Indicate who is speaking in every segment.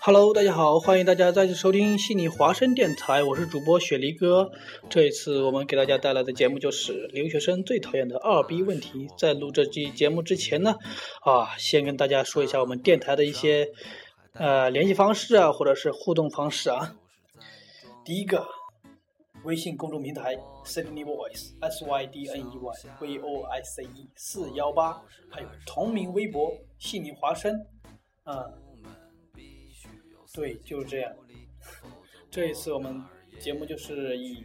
Speaker 1: Hello，大家好，欢迎大家再次收听悉尼华声电台，我是主播雪梨哥。这一次我们给大家带来的节目就是留学生最讨厌的二逼问题。在录这期节目之前呢，啊，先跟大家说一下我们电台的一些呃联系方式啊，或者是互动方式啊。第一个，微信公众平台 Sydney Voice S Y D N E Y V O I C E 四幺八，还有同名微博悉尼华声，嗯、对，就是这样。 这一次我们节目就是以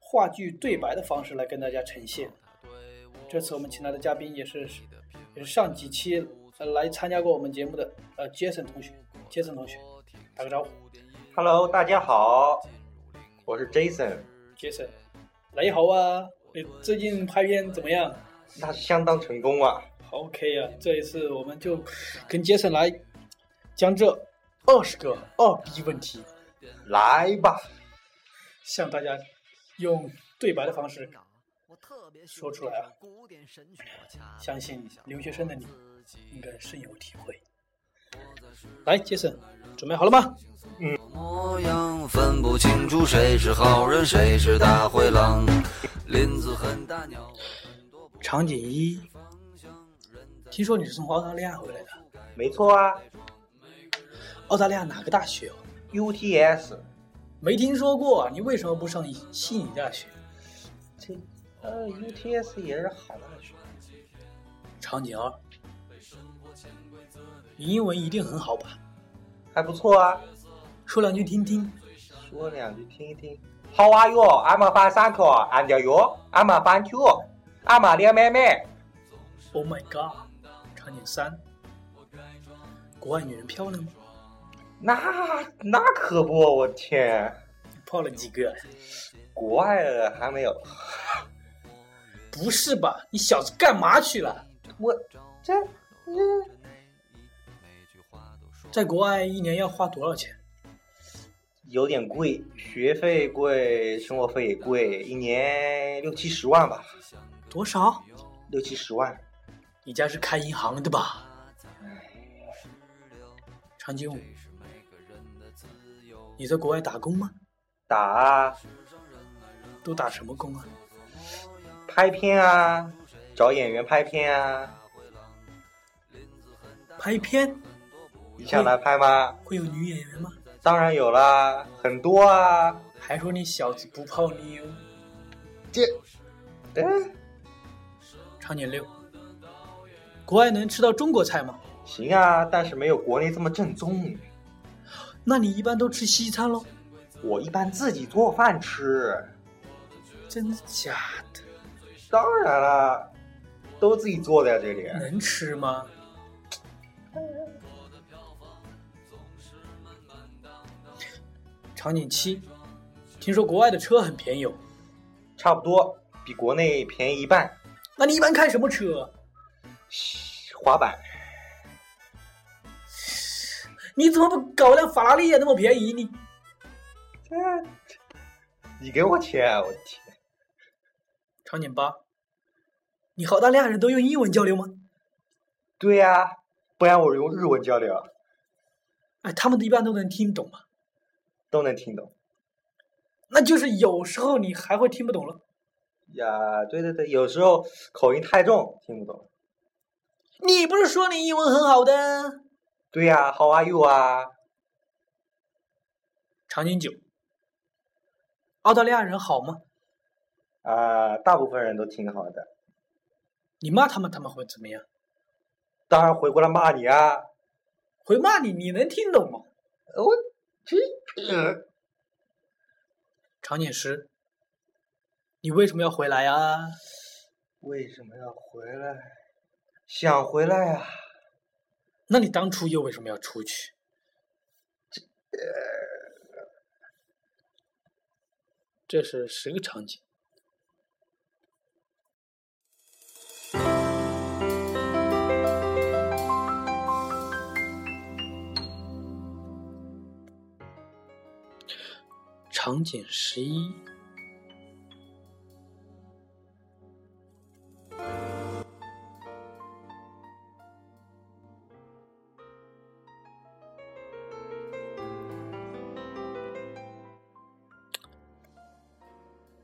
Speaker 1: 话剧对白的方式来跟大家呈现。这次我们请来的嘉宾也是也是上几期呃来参加过我们节目的呃杰森同学，杰森同学打个招呼，
Speaker 2: Hello，大家好，我是 Jason，
Speaker 1: 杰森，你好啊，你最近拍片怎么样？
Speaker 2: 那是相当成功啊！
Speaker 1: OK 啊，这一次我们就跟杰森来将这二十个二逼问题
Speaker 2: 来吧，
Speaker 1: 向大家用对白的方式，
Speaker 3: 说出来啊，
Speaker 1: 相信留学生的你应该深有体会。来，杰森，准备好了吗？
Speaker 3: 模样分不清楚谁是好人，谁是大灰狼。林子很大，鸟很多。
Speaker 1: 场景一，听说你是从澳大利亚回来的，
Speaker 2: 没错啊
Speaker 1: 澳大利亚哪个大学、哦？
Speaker 2: ，UTS，
Speaker 1: 没听说过啊，你为什么不上悉尼大学？
Speaker 2: 这呃 UTS 也是好大学，
Speaker 1: 场景二，你英文一定很好吧？
Speaker 2: 还不错啊。
Speaker 1: 说两句听听。
Speaker 2: 说两句听一听。How are you? I'm fine, thank you. And you? I'm fine too. I'm a little 妹妹。
Speaker 1: Oh my god！场景三，国外女人漂亮吗？
Speaker 2: 那那可不，我天，
Speaker 1: 泡了几个？
Speaker 2: 国外的还没有。
Speaker 1: 不是吧？你小子干嘛去了？
Speaker 2: 我这嗯，
Speaker 1: 在国外一年要花多少钱？
Speaker 2: 有点贵，学费贵，生活费也贵，一年六七十万吧，
Speaker 1: 多少？
Speaker 2: 六七十万。
Speaker 1: 你家是开银行的吧？场景五，你在国外打工吗？
Speaker 2: 打啊，
Speaker 1: 都打什么工啊？
Speaker 2: 拍片啊，找演员拍片啊，
Speaker 1: 拍片
Speaker 2: 你想来拍吗？
Speaker 1: 会有女演员吗？
Speaker 2: 当然有啦，很多啊。
Speaker 1: 还说你小子不泡妞。
Speaker 2: 这，嗯，
Speaker 1: 场景六，国外能吃到中国菜吗？
Speaker 2: 行啊，但是没有国内这么正宗。
Speaker 1: 那你一般都吃西餐喽？
Speaker 2: 我一般自己做饭吃，
Speaker 1: 真的假的？
Speaker 2: 当然啦，都自己做的呀，这里。
Speaker 1: 能吃吗？场景七，听说国外的车很便宜哦，
Speaker 2: 差不多，比国内便宜一半。
Speaker 1: 那你一般开什么车？
Speaker 2: 滑板，
Speaker 1: 你怎么不搞辆法拉利啊？那么便宜，你
Speaker 2: 你给我钱，我天，
Speaker 1: 场景八，你和澳大利亚人都用英文交流吗？
Speaker 2: 对呀、不然我用日文交流
Speaker 1: 哎，他们一般都能听懂嘛，
Speaker 2: 都能听懂
Speaker 1: 那就是有时候你还会听不懂了。
Speaker 2: 呀。对对对，有时候口音太重听不懂。
Speaker 1: 你不是说你英文很好的？
Speaker 2: 对呀、h o w are you 啊？
Speaker 1: 场景九，澳大利亚人好吗？
Speaker 2: 啊、大部分人都挺好的，
Speaker 1: 你骂他们，他们会怎么样？
Speaker 2: 当然回过来骂你啊。
Speaker 1: 会骂你，你能听懂吗？
Speaker 2: 我这呃
Speaker 1: 场景十，你为什么要回来呀、
Speaker 2: 为什么要回来？想回来呀、啊？
Speaker 1: 那你当初又为什么要出去？这是十个场景。场景十一，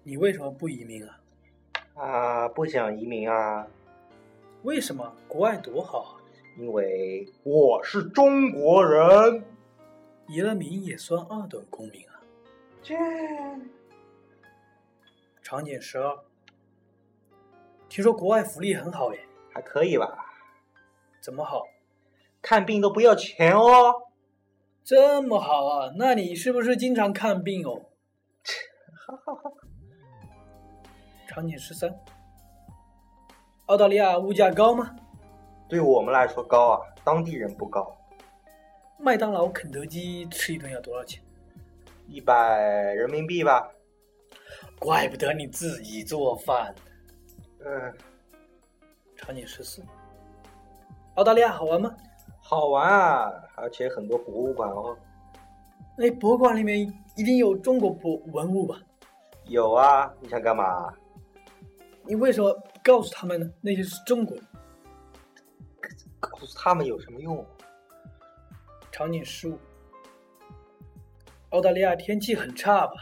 Speaker 1: 你为什么不移民啊？
Speaker 2: 啊，不想移民啊，
Speaker 1: 为什么？国外多好啊！
Speaker 2: 因为我是中国人。
Speaker 1: 移了民也算二等公民啊。
Speaker 2: 这
Speaker 1: 场景十二，听说国外福利很好耶？
Speaker 2: 还可以吧？
Speaker 1: 怎么好？
Speaker 2: 看病都不要钱哦。
Speaker 1: 这么好啊？那你是不是经常看病哦？场景十三，澳大利亚物价高吗？
Speaker 2: 对我们来说高啊，当地人不高，
Speaker 1: 麦当劳、肯德基吃一顿要多少钱？
Speaker 2: 一百人民币吧。
Speaker 1: 怪不得你自己做饭。
Speaker 2: 嗯，
Speaker 1: 场景十四，澳大利亚好玩吗？
Speaker 2: 好玩啊，而且很多博物馆哦。
Speaker 1: 那博物馆里面一定有中国博文物吧？
Speaker 2: 有啊，你想干嘛？
Speaker 1: 你为什么不告诉他们呢？那些是中国人。
Speaker 2: 告诉他们有什么用？
Speaker 1: 场景十五，澳大利亚天气很差吧？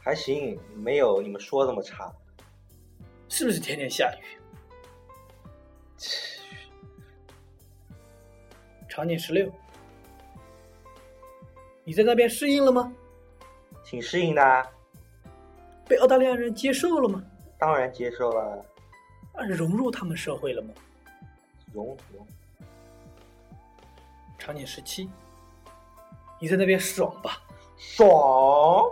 Speaker 2: 还行，没有你们说那么差。
Speaker 1: 是不是天天下雨？场景十六，你在那边适应了吗？
Speaker 2: 挺适应的啊，
Speaker 1: 被澳大利亚人接受了吗？
Speaker 2: 当然接受了。
Speaker 1: 啊，融入他们社会了吗？
Speaker 2: 融融，
Speaker 1: 场景十七，你在那边爽吧？
Speaker 2: 爽，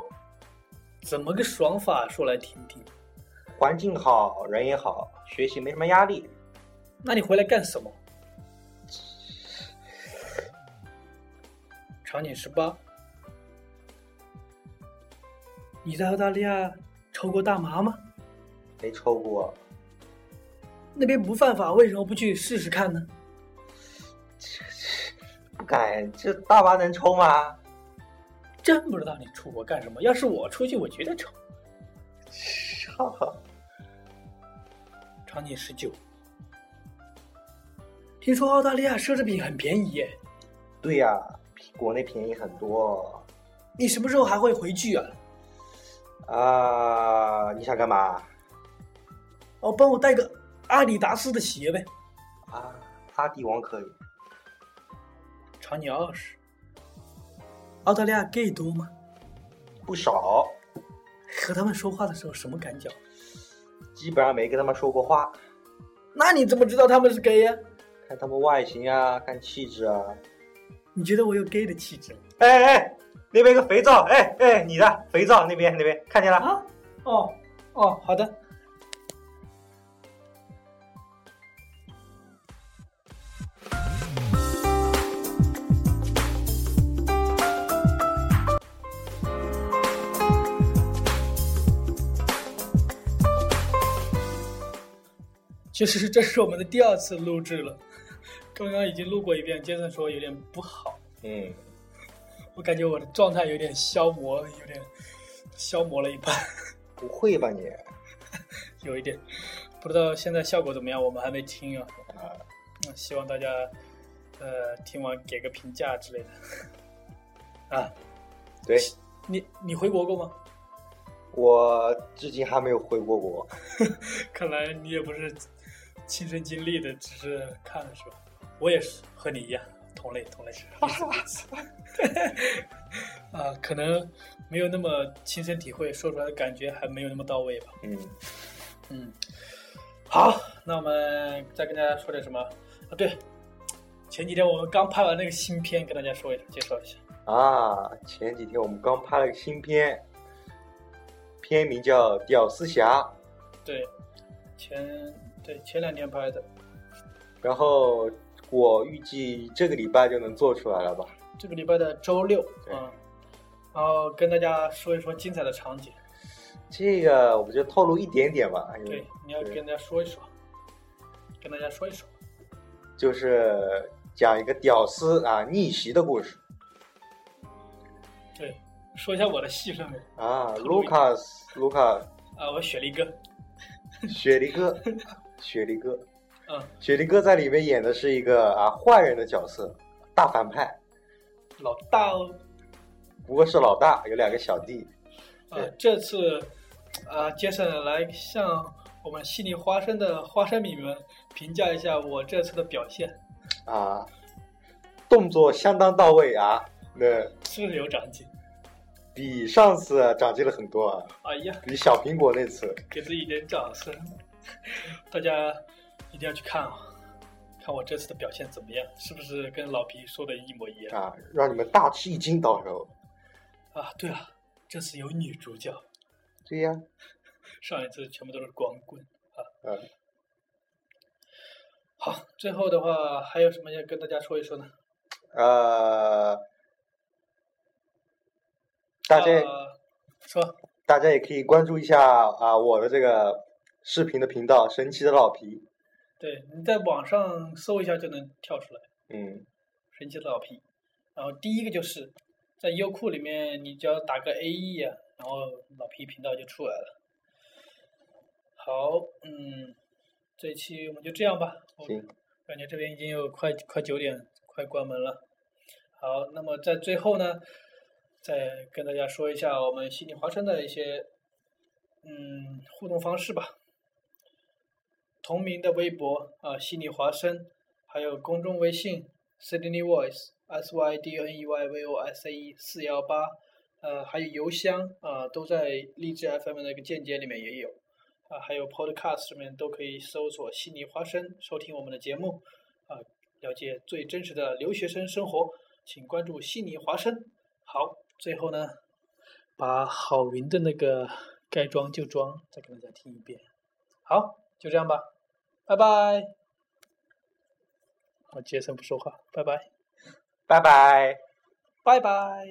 Speaker 1: 怎么个爽法？说来听听。
Speaker 2: 环境好，人也好，学习没什么压力。
Speaker 1: 那你回来干什么？场景十八，你在澳大利亚抽过大麻吗？
Speaker 2: 没抽过，
Speaker 1: 那边不犯法，为什么不去试试看呢？
Speaker 2: 不敢。哎这大麻能抽吗？
Speaker 1: 真不知道你出国干什么。要是我出去，我绝对抽。
Speaker 2: 哈哈，
Speaker 1: 场景十九，听说澳大利亚奢侈品很便宜耶，
Speaker 2: 对呀、比国内便宜很多
Speaker 1: 你什么时候还会回去啊？
Speaker 2: 啊、你想干嘛？
Speaker 1: 哦，帮我带个阿迪达斯的鞋呗。
Speaker 2: 啊，阿迪王可以，
Speaker 1: 场景二十，澳大利亚 gay 多吗？
Speaker 2: 不少，
Speaker 1: 和他们说话的时候什么感觉？
Speaker 2: 基本上没跟他们说过话。
Speaker 1: 那你怎么知道他们是 gay 呀、
Speaker 2: 看他们外形啊，看气质啊。
Speaker 1: 你觉得我有 gay 的气质吗？
Speaker 2: 哎哎，那边有个肥皂，哎哎，你的肥皂那边那边看见了？
Speaker 1: 啊？哦哦，好的。其实这是我们的第二次录制了， 刚刚已经录过一遍，杰森说有点不好，
Speaker 2: 嗯，
Speaker 1: 我感觉我的状态有点消磨，有点消磨了一半，
Speaker 2: 不会吧你？
Speaker 1: 有一点，不知道现在效果怎么样，我们还没听啊。
Speaker 2: 啊，
Speaker 1: 嗯希望大家呃听完给个评价之类的。啊，
Speaker 2: 对
Speaker 1: 你你回国过吗？
Speaker 2: 我至今还没有回过国。
Speaker 1: 看来你也不是亲身经历的，只是看了是吧？我也是和你一样，同类同类。 啊，可能没有那么亲身体会，说出来的感觉还没有那么到位吧。
Speaker 2: 嗯，
Speaker 1: 嗯，好，那我们再跟大家说点什么？啊，对，前几天我们刚拍完那个新片，跟大家说一下，介绍一下。
Speaker 2: 啊，前几天我们刚拍了个新片，片名叫《屌丝侠》，
Speaker 1: 对，前对前两天拍的，
Speaker 2: 然后我预计这个礼拜就能做出来了吧？
Speaker 1: 这个礼拜的周六
Speaker 2: 对
Speaker 1: 啊、然后跟大家说一说精彩的场景。
Speaker 2: 这个我们就透露一点点吧，因
Speaker 1: 对
Speaker 2: 为，
Speaker 1: 你要
Speaker 2: 对
Speaker 1: 跟大家说一说，跟大家说一说。
Speaker 2: 就是讲一个屌丝啊逆袭的故事。
Speaker 1: 对，说一下我的戏份呗。
Speaker 2: 啊，
Speaker 1: 特
Speaker 2: 卢
Speaker 1: 洛伊
Speaker 2: 卡斯，卢卡，
Speaker 1: 啊，我雪梨哥，
Speaker 2: 雪梨哥，雪梨哥，
Speaker 1: 嗯，
Speaker 2: 雪梨哥在里面演的是一个啊坏人的角色，大反派，
Speaker 1: 老大哦。
Speaker 2: 不过是老大，有两个小弟。
Speaker 1: 啊
Speaker 2: 对，
Speaker 1: 这次啊，接下来来向我们悉尼花生的花生米们评价一下我这次的表现，
Speaker 2: 啊，动作相当到位啊，那
Speaker 1: 是不是有长进？
Speaker 2: 比上次长进了很多啊，
Speaker 1: 哎呀，
Speaker 2: 比小苹果那次。
Speaker 1: 给自己一点掌声！ 大家一定要去看啊，看我这次的表现怎么样，是不是跟老皮说的一模一样
Speaker 2: 啊，让你们大吃一惊，到时候。
Speaker 1: 啊？对了，这次有女主角，
Speaker 2: 对呀、
Speaker 1: 上一次全部都是光棍。
Speaker 2: 嗯，
Speaker 1: 好，最后的话还有什么要跟大家说一说呢？
Speaker 2: 呃，大家、
Speaker 1: 呃说
Speaker 2: 大家也可以关注一下啊、我的这个视频的频道“神奇的老皮
Speaker 1: 对，你在网上搜一下就能跳出来，”。
Speaker 2: 嗯，
Speaker 1: 神奇的老皮。然后第一个就是在优酷里面，你只要打个 AE 啊，然后老皮频道就出来了。好，嗯，这期我们就这样吧。我
Speaker 2: 行，
Speaker 1: 感觉这边已经有快快九点，快关门了。好，那么在最后呢，再跟大家说一下我们悉尼华生的一些嗯互动方式吧。同名的微博啊，悉尼华生，还有公众微信 Sydney Voice S Y D N E Y V O S A E 四幺八，呃，还有邮箱啊、都在荔枝 FM 的那个间接里面也有。啊，还有 Podcast 上面都可以搜索“悉尼花生”，收听我们的节目，啊，了解最真实的留学生生活，请关注悉尼华生。好，最后呢，把郝云的那个该装就装再给大家听一遍。好，就这样吧，拜拜。好，杰森不说话，拜拜，
Speaker 2: 拜拜。
Speaker 1: 拜拜。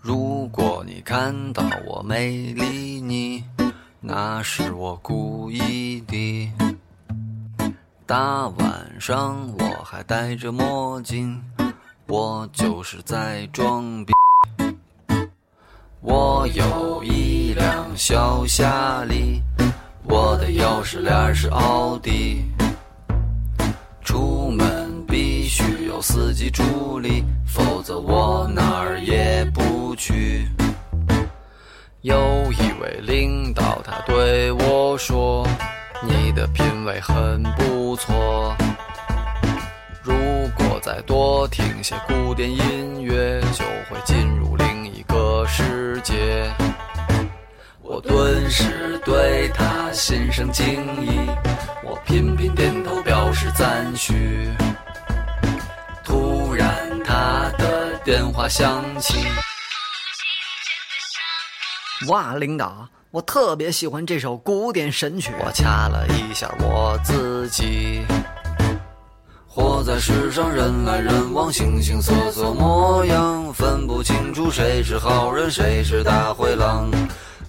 Speaker 3: 如果你看到我没理你，那是我故意的。大晚上我还戴着墨镜，我就是在装逼。我有一辆小夏利，我的钥匙链是奥迪。出门必须有司机助理，否则我哪儿也不去。有一位领导，他对我说：“你的品味很不错，如果再多听些古典音乐，就会进入另一个世界。”我顿时对他心生敬意，我频频点头表示赞许。突然，他的电话响起。哇，领导，我特别喜欢这首古典神曲。我掐了一下我自己。活在世上，人来人往，形形色色模样，分不清楚谁是好人，谁是大灰狼。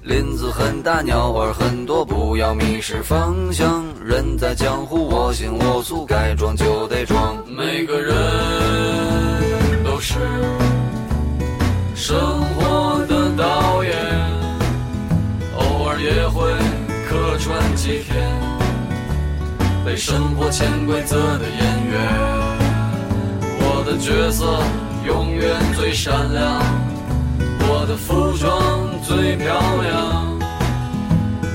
Speaker 3: 林子很大，鸟儿很多，不要迷失方向。人在江湖，我行我素，该装就得装。每个人都是生活的导演，偶尔也会客串几天，被生活潜规则的演员。我的角色永远最闪亮。我的服装最漂亮，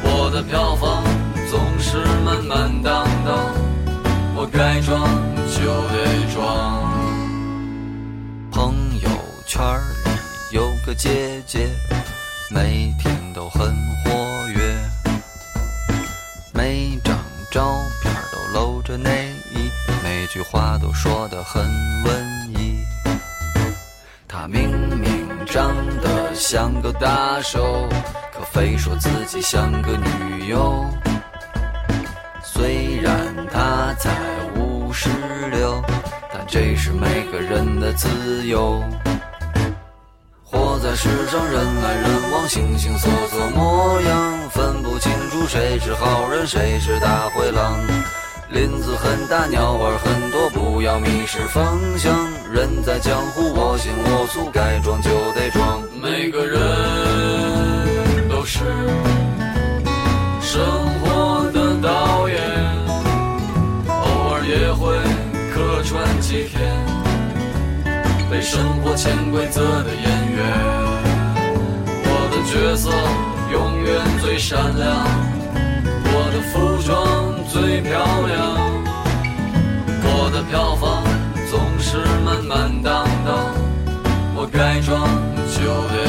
Speaker 3: 我的票房总是满满当当，我该装就得装。朋友圈里有个姐姐，每天都很活跃，每张照片都露着内衣，每句话都说得很文艺。他明明长得像个大手，可非说自己像个女优。虽然他才五十六，但这是每个人的自由。活在世上，人来人往，形形色色模样，分不清楚谁是好人，谁是大灰狼。林子很大，鸟儿很多，不要迷失方向。人在江湖，我行我素，该装就得装。每个人潜规则的演员，我的角色永远最闪亮，我的服装最漂亮，我的票房总是满满当当，我该装就得。